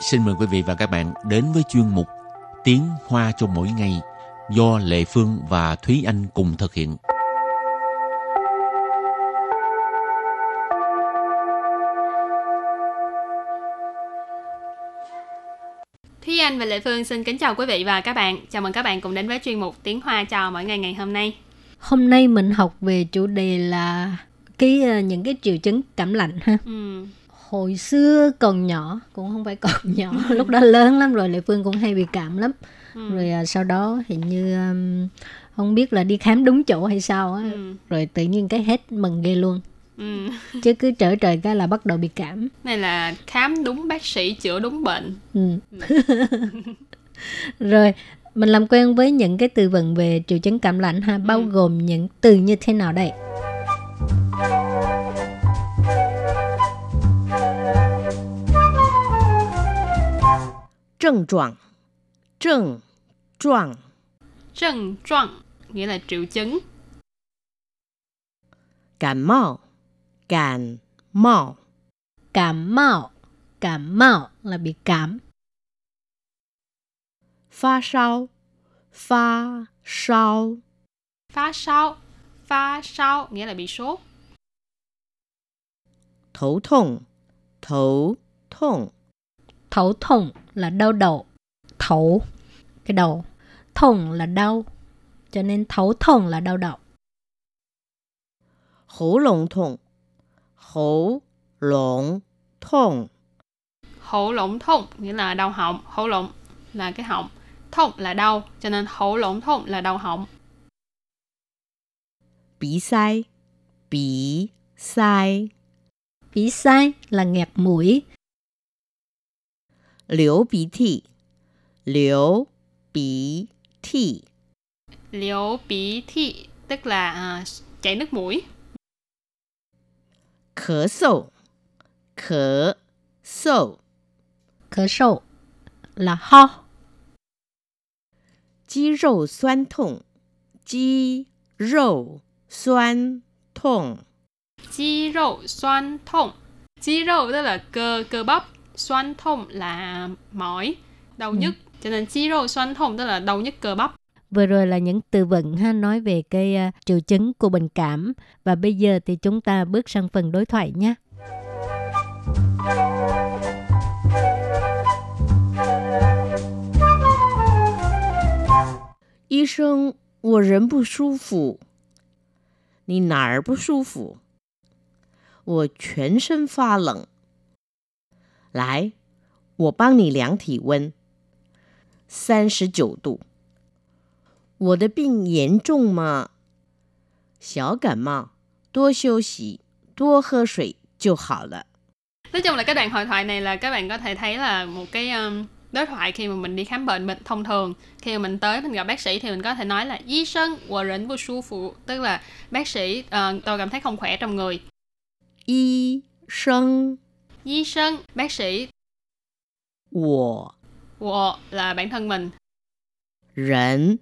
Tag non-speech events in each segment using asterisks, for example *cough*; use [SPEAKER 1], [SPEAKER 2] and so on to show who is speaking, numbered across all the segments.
[SPEAKER 1] xin mời quý vị và các bạn đến với chuyên mục Tiếng Hoa cho mỗi ngày do Lệ Phương và Thúy Anh cùng thực hiện.
[SPEAKER 2] Thúy Anh và Lệ Phương xin kính chào quý vị và các bạn. Chào mừng các bạn cùng đến với chuyên mục Tiếng Hoa chào mỗi ngày ngày hôm nay.
[SPEAKER 3] Hôm nay mình học về chủ đề là cái ờ, những cái triệu chứng cảm lạnh ha.
[SPEAKER 2] Ừ.
[SPEAKER 3] Hồi xưa còn nhỏ, cũng không phải còn
[SPEAKER 2] *laughs*
[SPEAKER 3] nhỏ, lúc đó lớn lắm rồi Lệ Phương cũng hay bị cảm lắm.
[SPEAKER 2] Ừ.
[SPEAKER 3] Rồi à, sau đó hình như um, không biết là đi khám đúng chỗ hay sao á.
[SPEAKER 2] Ừ.
[SPEAKER 3] Rồi tự nhiên cái hết mừng ghê luôn.
[SPEAKER 2] Ừ.
[SPEAKER 3] Chứ cứ trở trời cái là bắt đầu bị cảm.
[SPEAKER 2] Này là khám đúng bác sĩ chữa đúng bệnh.
[SPEAKER 3] Ừ. *laughs* Rồi mình làm quen với những cái từ vựng về triệu chứng cảm lạnh ha,
[SPEAKER 2] Ừ.
[SPEAKER 3] bao gồm những từ như thế nào đây?
[SPEAKER 4] Trần trọng, trần trọng,
[SPEAKER 2] Trần trọng nghĩa là triệu chứng.
[SPEAKER 4] cảm mạo, cảm mạo,
[SPEAKER 3] Cảm mạo, cảm mạo là bị cảm.
[SPEAKER 4] phá sao, phá sao,
[SPEAKER 2] Phá sao. Phá sao nghĩa là bị sốt.
[SPEAKER 4] thấu thông, thấu thông,
[SPEAKER 3] Thấu thủng là đau đầu. Thấu cái đầu. Thủng là đau. Cho nên thấu thủng là đau đầu.
[SPEAKER 4] hổ lồng thông, hổ lồng thông,
[SPEAKER 2] Hổ lỗng thông nghĩa là đau họng. Hổ lỗng là cái họng. Thông là đau, cho nên hổ lỗng thông là đau họng.
[SPEAKER 4] bí sai, bí sai,
[SPEAKER 3] Bí sai là nghẹt mũi.
[SPEAKER 4] liều bí thị, liều bí thị,
[SPEAKER 2] Liễu bí thị tức là à, chảy nước mũi.
[SPEAKER 4] khớ sầu, khớ sầu,
[SPEAKER 3] Khở sổ là ho.
[SPEAKER 4] 肌肉酸痛，肌肉酸痛，
[SPEAKER 2] Chi râu xoan thông. Chi râu tức là cơ cơ bắp, xoan thông là mỏi, đau nhức. Cho nên chi râu xoan thông tức là đau nhức cơ bắp.
[SPEAKER 3] Vừa rồi là những từ vựng ha nói về cái à, triệu chứng của bệnh cảm và bây giờ thì chúng ta bước sang phần đối thoại nhé.
[SPEAKER 4] 医生，我人不舒服。你哪儿不舒服？我全身发冷。来，我帮你量体温，三十九度。我的病严重吗？小感冒，多休息，多喝水就好了。
[SPEAKER 2] Nói chung là cái đoạn hội thoại này là các bạn có thể thấy là một cái um, đối thoại khi mà mình đi khám bệnh mình thông thường khi mà mình tới mình gặp bác sĩ thì mình có thể nói là y sân của rỉnh bu su phụ tức là bác sĩ ờ, tôi cảm thấy không khỏe trong người
[SPEAKER 4] 医生，
[SPEAKER 2] y sân bác sĩ
[SPEAKER 4] 我
[SPEAKER 2] của là bản thân mình
[SPEAKER 4] 人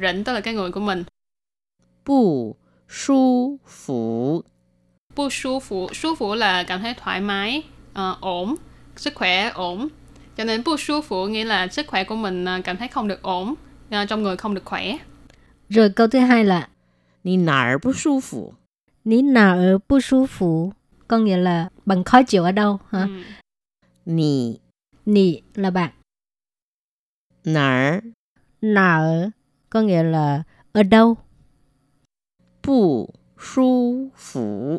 [SPEAKER 2] rỉnh tức là cái người của mình
[SPEAKER 4] 不舒服，
[SPEAKER 2] bu su phụ su phụ là cảm thấy thoải mái ờ, ổn sức khỏe ổn cho nên bu su phụ nghĩa là sức khỏe của mình ờ, cảm thấy không được ổn ờ, trong người không được khỏe
[SPEAKER 3] Rồi câu thứ hai là
[SPEAKER 4] 你哪儿不舒服？
[SPEAKER 3] Ní nào ở bu su phủ có nghĩa là bạn khó chịu ở đâu hả?
[SPEAKER 2] Ừ.
[SPEAKER 4] 你
[SPEAKER 3] Nị là bạn.
[SPEAKER 4] 哪儿
[SPEAKER 3] Nào ở có nghĩa là ở đâu.
[SPEAKER 4] 不舒服？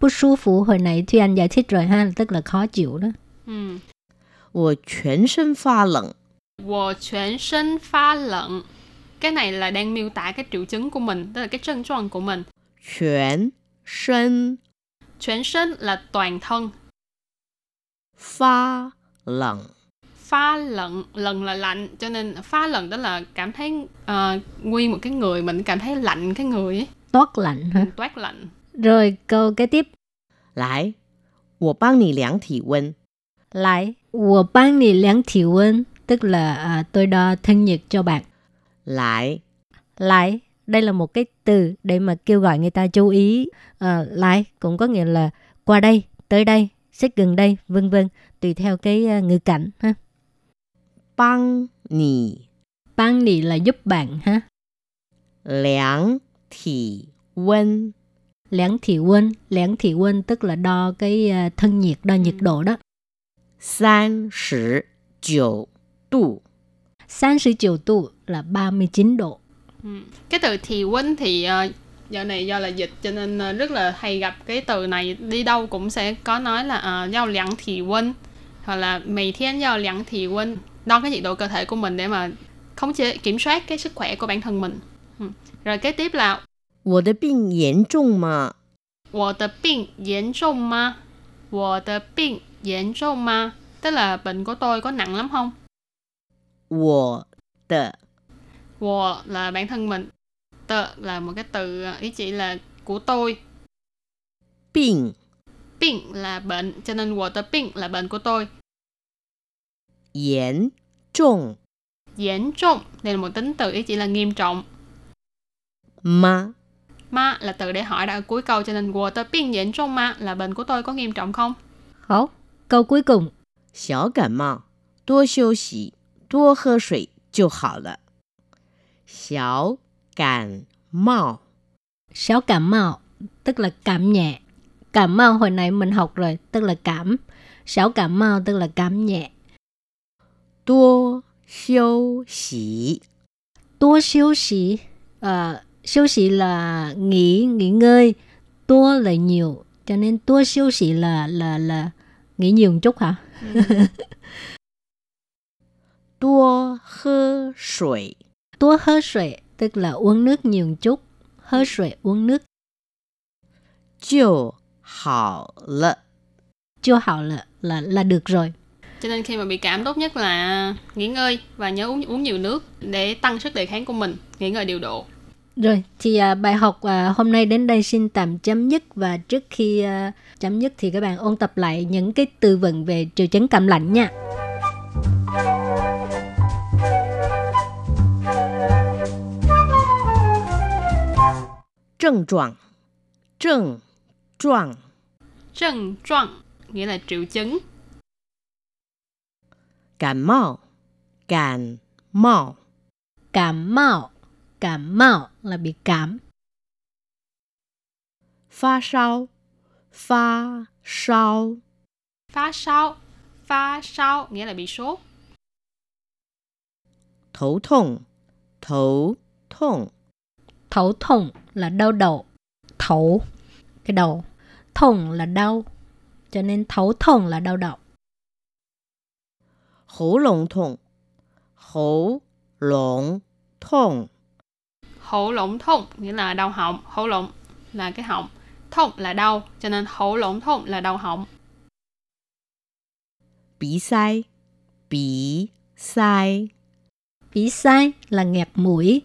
[SPEAKER 3] Bu su phủ hồi nãy Thuy Anh giải thích rồi ha, tức là khó chịu đó.
[SPEAKER 2] Ừ.
[SPEAKER 4] 我全身发冷，
[SPEAKER 2] 我全身发冷. Cái này là đang miêu tả cái triệu chứng của mình, tức là cái症状 của mình.
[SPEAKER 4] 全身
[SPEAKER 2] Chuyển sân là toàn thân,
[SPEAKER 4] 发冷，
[SPEAKER 2] pha lận, lần là lạnh, cho nên pha lận đó là cảm thấy ờ, nguyên một cái người mình cảm thấy lạnh cái người ấy,
[SPEAKER 3] Toát lạnh hả?
[SPEAKER 2] mình toát lạnh.
[SPEAKER 3] Rồi câu kế tiếp
[SPEAKER 4] 来，我帮你量体温。
[SPEAKER 3] lại của ban nị láng thiểu ơn tức là à, tôi đo thân nhiệt cho bạn.
[SPEAKER 4] 来，
[SPEAKER 3] Lại đây là một cái từ để mà kêu gọi người ta chú ý. À, lại cũng có nghĩa là qua đây, tới đây, xích gần đây, vân vân, tùy theo cái à, ngữ cảnh ha.
[SPEAKER 4] 帮你
[SPEAKER 3] Bang nì là giúp bạn ha.
[SPEAKER 4] 量体温。
[SPEAKER 3] Lẻng thị quân, lẻng thị quân tức là đo cái à, thân nhiệt, đo nhiệt
[SPEAKER 2] Ừ.
[SPEAKER 3] độ đó.
[SPEAKER 4] 三十九度，
[SPEAKER 3] San sư chiều tu là 39 độ.
[SPEAKER 2] Ừ. Cái từ thì quân thì ờ, dạo này do là dịch cho nên ờ, rất là hay gặp cái từ này đi đâu cũng sẽ có nói là ờ, giao lặng thì quân hoặc là mày thiên giao lặng thì quân đo cái nhiệt độ cơ thể của mình để mà khống chế kiểm soát cái sức khỏe của bản thân mình ừ. rồi kế tiếp là
[SPEAKER 4] 我的病严重吗？
[SPEAKER 2] 我的病严重吗？我的病严重吗？Tức là bệnh của tôi có nặng lắm không?
[SPEAKER 4] 我的
[SPEAKER 2] 我 là bản thân mình. Tờ là một cái từ ờ, ý chỉ là của tôi.
[SPEAKER 4] 病
[SPEAKER 2] Bệnh là bệnh, cho nên 我的病 là bệnh của tôi.
[SPEAKER 4] 严重
[SPEAKER 2] Diễn trọng, đây là một tính từ ý chỉ là nghiêm trọng.
[SPEAKER 4] 吗？
[SPEAKER 2] Ma là từ để hỏi đã ở cuối câu, cho nên 我的病 diễn trọng ma là bệnh của tôi có nghiêm trọng không?
[SPEAKER 3] Hổ. Câu cuối cùng,
[SPEAKER 4] 小感冒，多休息，多喝水就好了。小感冒，
[SPEAKER 3] sáu cảm mạo tức là cảm nhẹ. Cảm mạo hồi nãy mình học rồi, tức là cảm. Sáu cảm mạo tức là cảm nhẹ.
[SPEAKER 4] 多休息，
[SPEAKER 3] Tua siêu sĩ, ờ, siêu sĩ là nghỉ, nghỉ ngơi. Tua là nhiều, cho nên tua siêu sĩ là là là nghỉ nhiều một chút hả?
[SPEAKER 2] Ừ.
[SPEAKER 4] 多喝水，
[SPEAKER 3] Tua hơ sợi tức là uống nước nhiều một chút. Hơ sợi uống nước
[SPEAKER 4] 就好了。
[SPEAKER 3] chưa hảo là là là được rồi.
[SPEAKER 2] Cho nên khi mà bị cảm tốt nhất là nghỉ ngơi và nhớ uống uống nhiều nước để tăng sức đề kháng của mình, nghỉ ngơi điều độ.
[SPEAKER 3] Rồi, thì à, bài học à, hôm nay đến đây xin tạm chấm dứt và trước khi à, chấm dứt thì các bạn ôn tập lại những cái từ vựng về triệu chứng cảm lạnh nha.
[SPEAKER 4] Trần trọng, trần trọng,
[SPEAKER 2] Trần trọng nghĩa là triệu chứng.
[SPEAKER 4] cảm mạo, cảm mạo,
[SPEAKER 3] Cảm mạo, cảm mạo là bị cảm,
[SPEAKER 4] phát sao, phát sao,
[SPEAKER 2] Phá sao, phá sao nghĩa là bị sốt.
[SPEAKER 4] thấu thông, thấu thông,
[SPEAKER 3] thấu thủng là đau đầu. Thấu cái đầu, thủng là đau. Cho nên thấu thủng là đau đầu.
[SPEAKER 4] hổ lồng thông, hổ lồng thông,
[SPEAKER 2] Hổ lỗng thông nghĩa là đau họng. Hổ lỗng là cái họng. Thông là đau, cho nên hổ lỗng thông là đau họng.
[SPEAKER 4] bí sai, bí sai,
[SPEAKER 3] Bí sai là nghẹt mũi,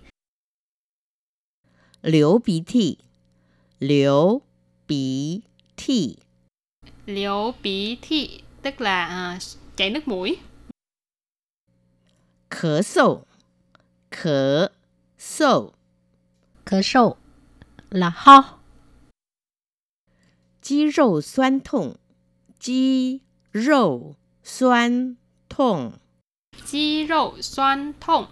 [SPEAKER 4] liều bí thị, liều bí thị,
[SPEAKER 2] Liễu bí thị tức là à, chảy nước mũi.
[SPEAKER 4] khớ sầu, khớ sầu,
[SPEAKER 3] khớ sổ là ho.
[SPEAKER 4] Chí râu xoan thông, chí râu xoan thông,
[SPEAKER 2] Chi rậu xoan thông.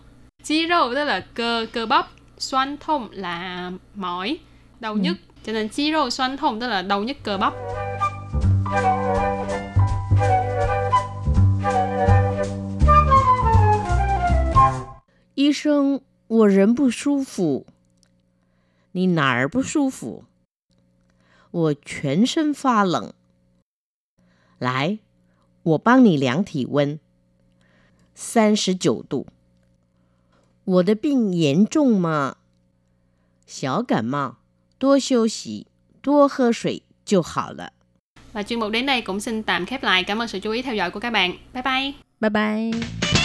[SPEAKER 2] Chi rậu tức là cơ cơ bắp. Xoan thông là mỏi, đau
[SPEAKER 3] Ừ.
[SPEAKER 2] nhức. Cho nên chi rậu xoan thông tức là đau nhức cơ bắp.
[SPEAKER 4] 医生，我人不舒服。你哪儿不舒服？我全身发冷。来，我帮你量体温，三十九度。我的病严重吗？小感冒，多休息，多喝水就好了。
[SPEAKER 2] Và chuyên mục đến đây cũng xin tạm khép lại. Cảm ơn sự chú ý theo dõi của các bạn. Bye bye.
[SPEAKER 3] Bye bye.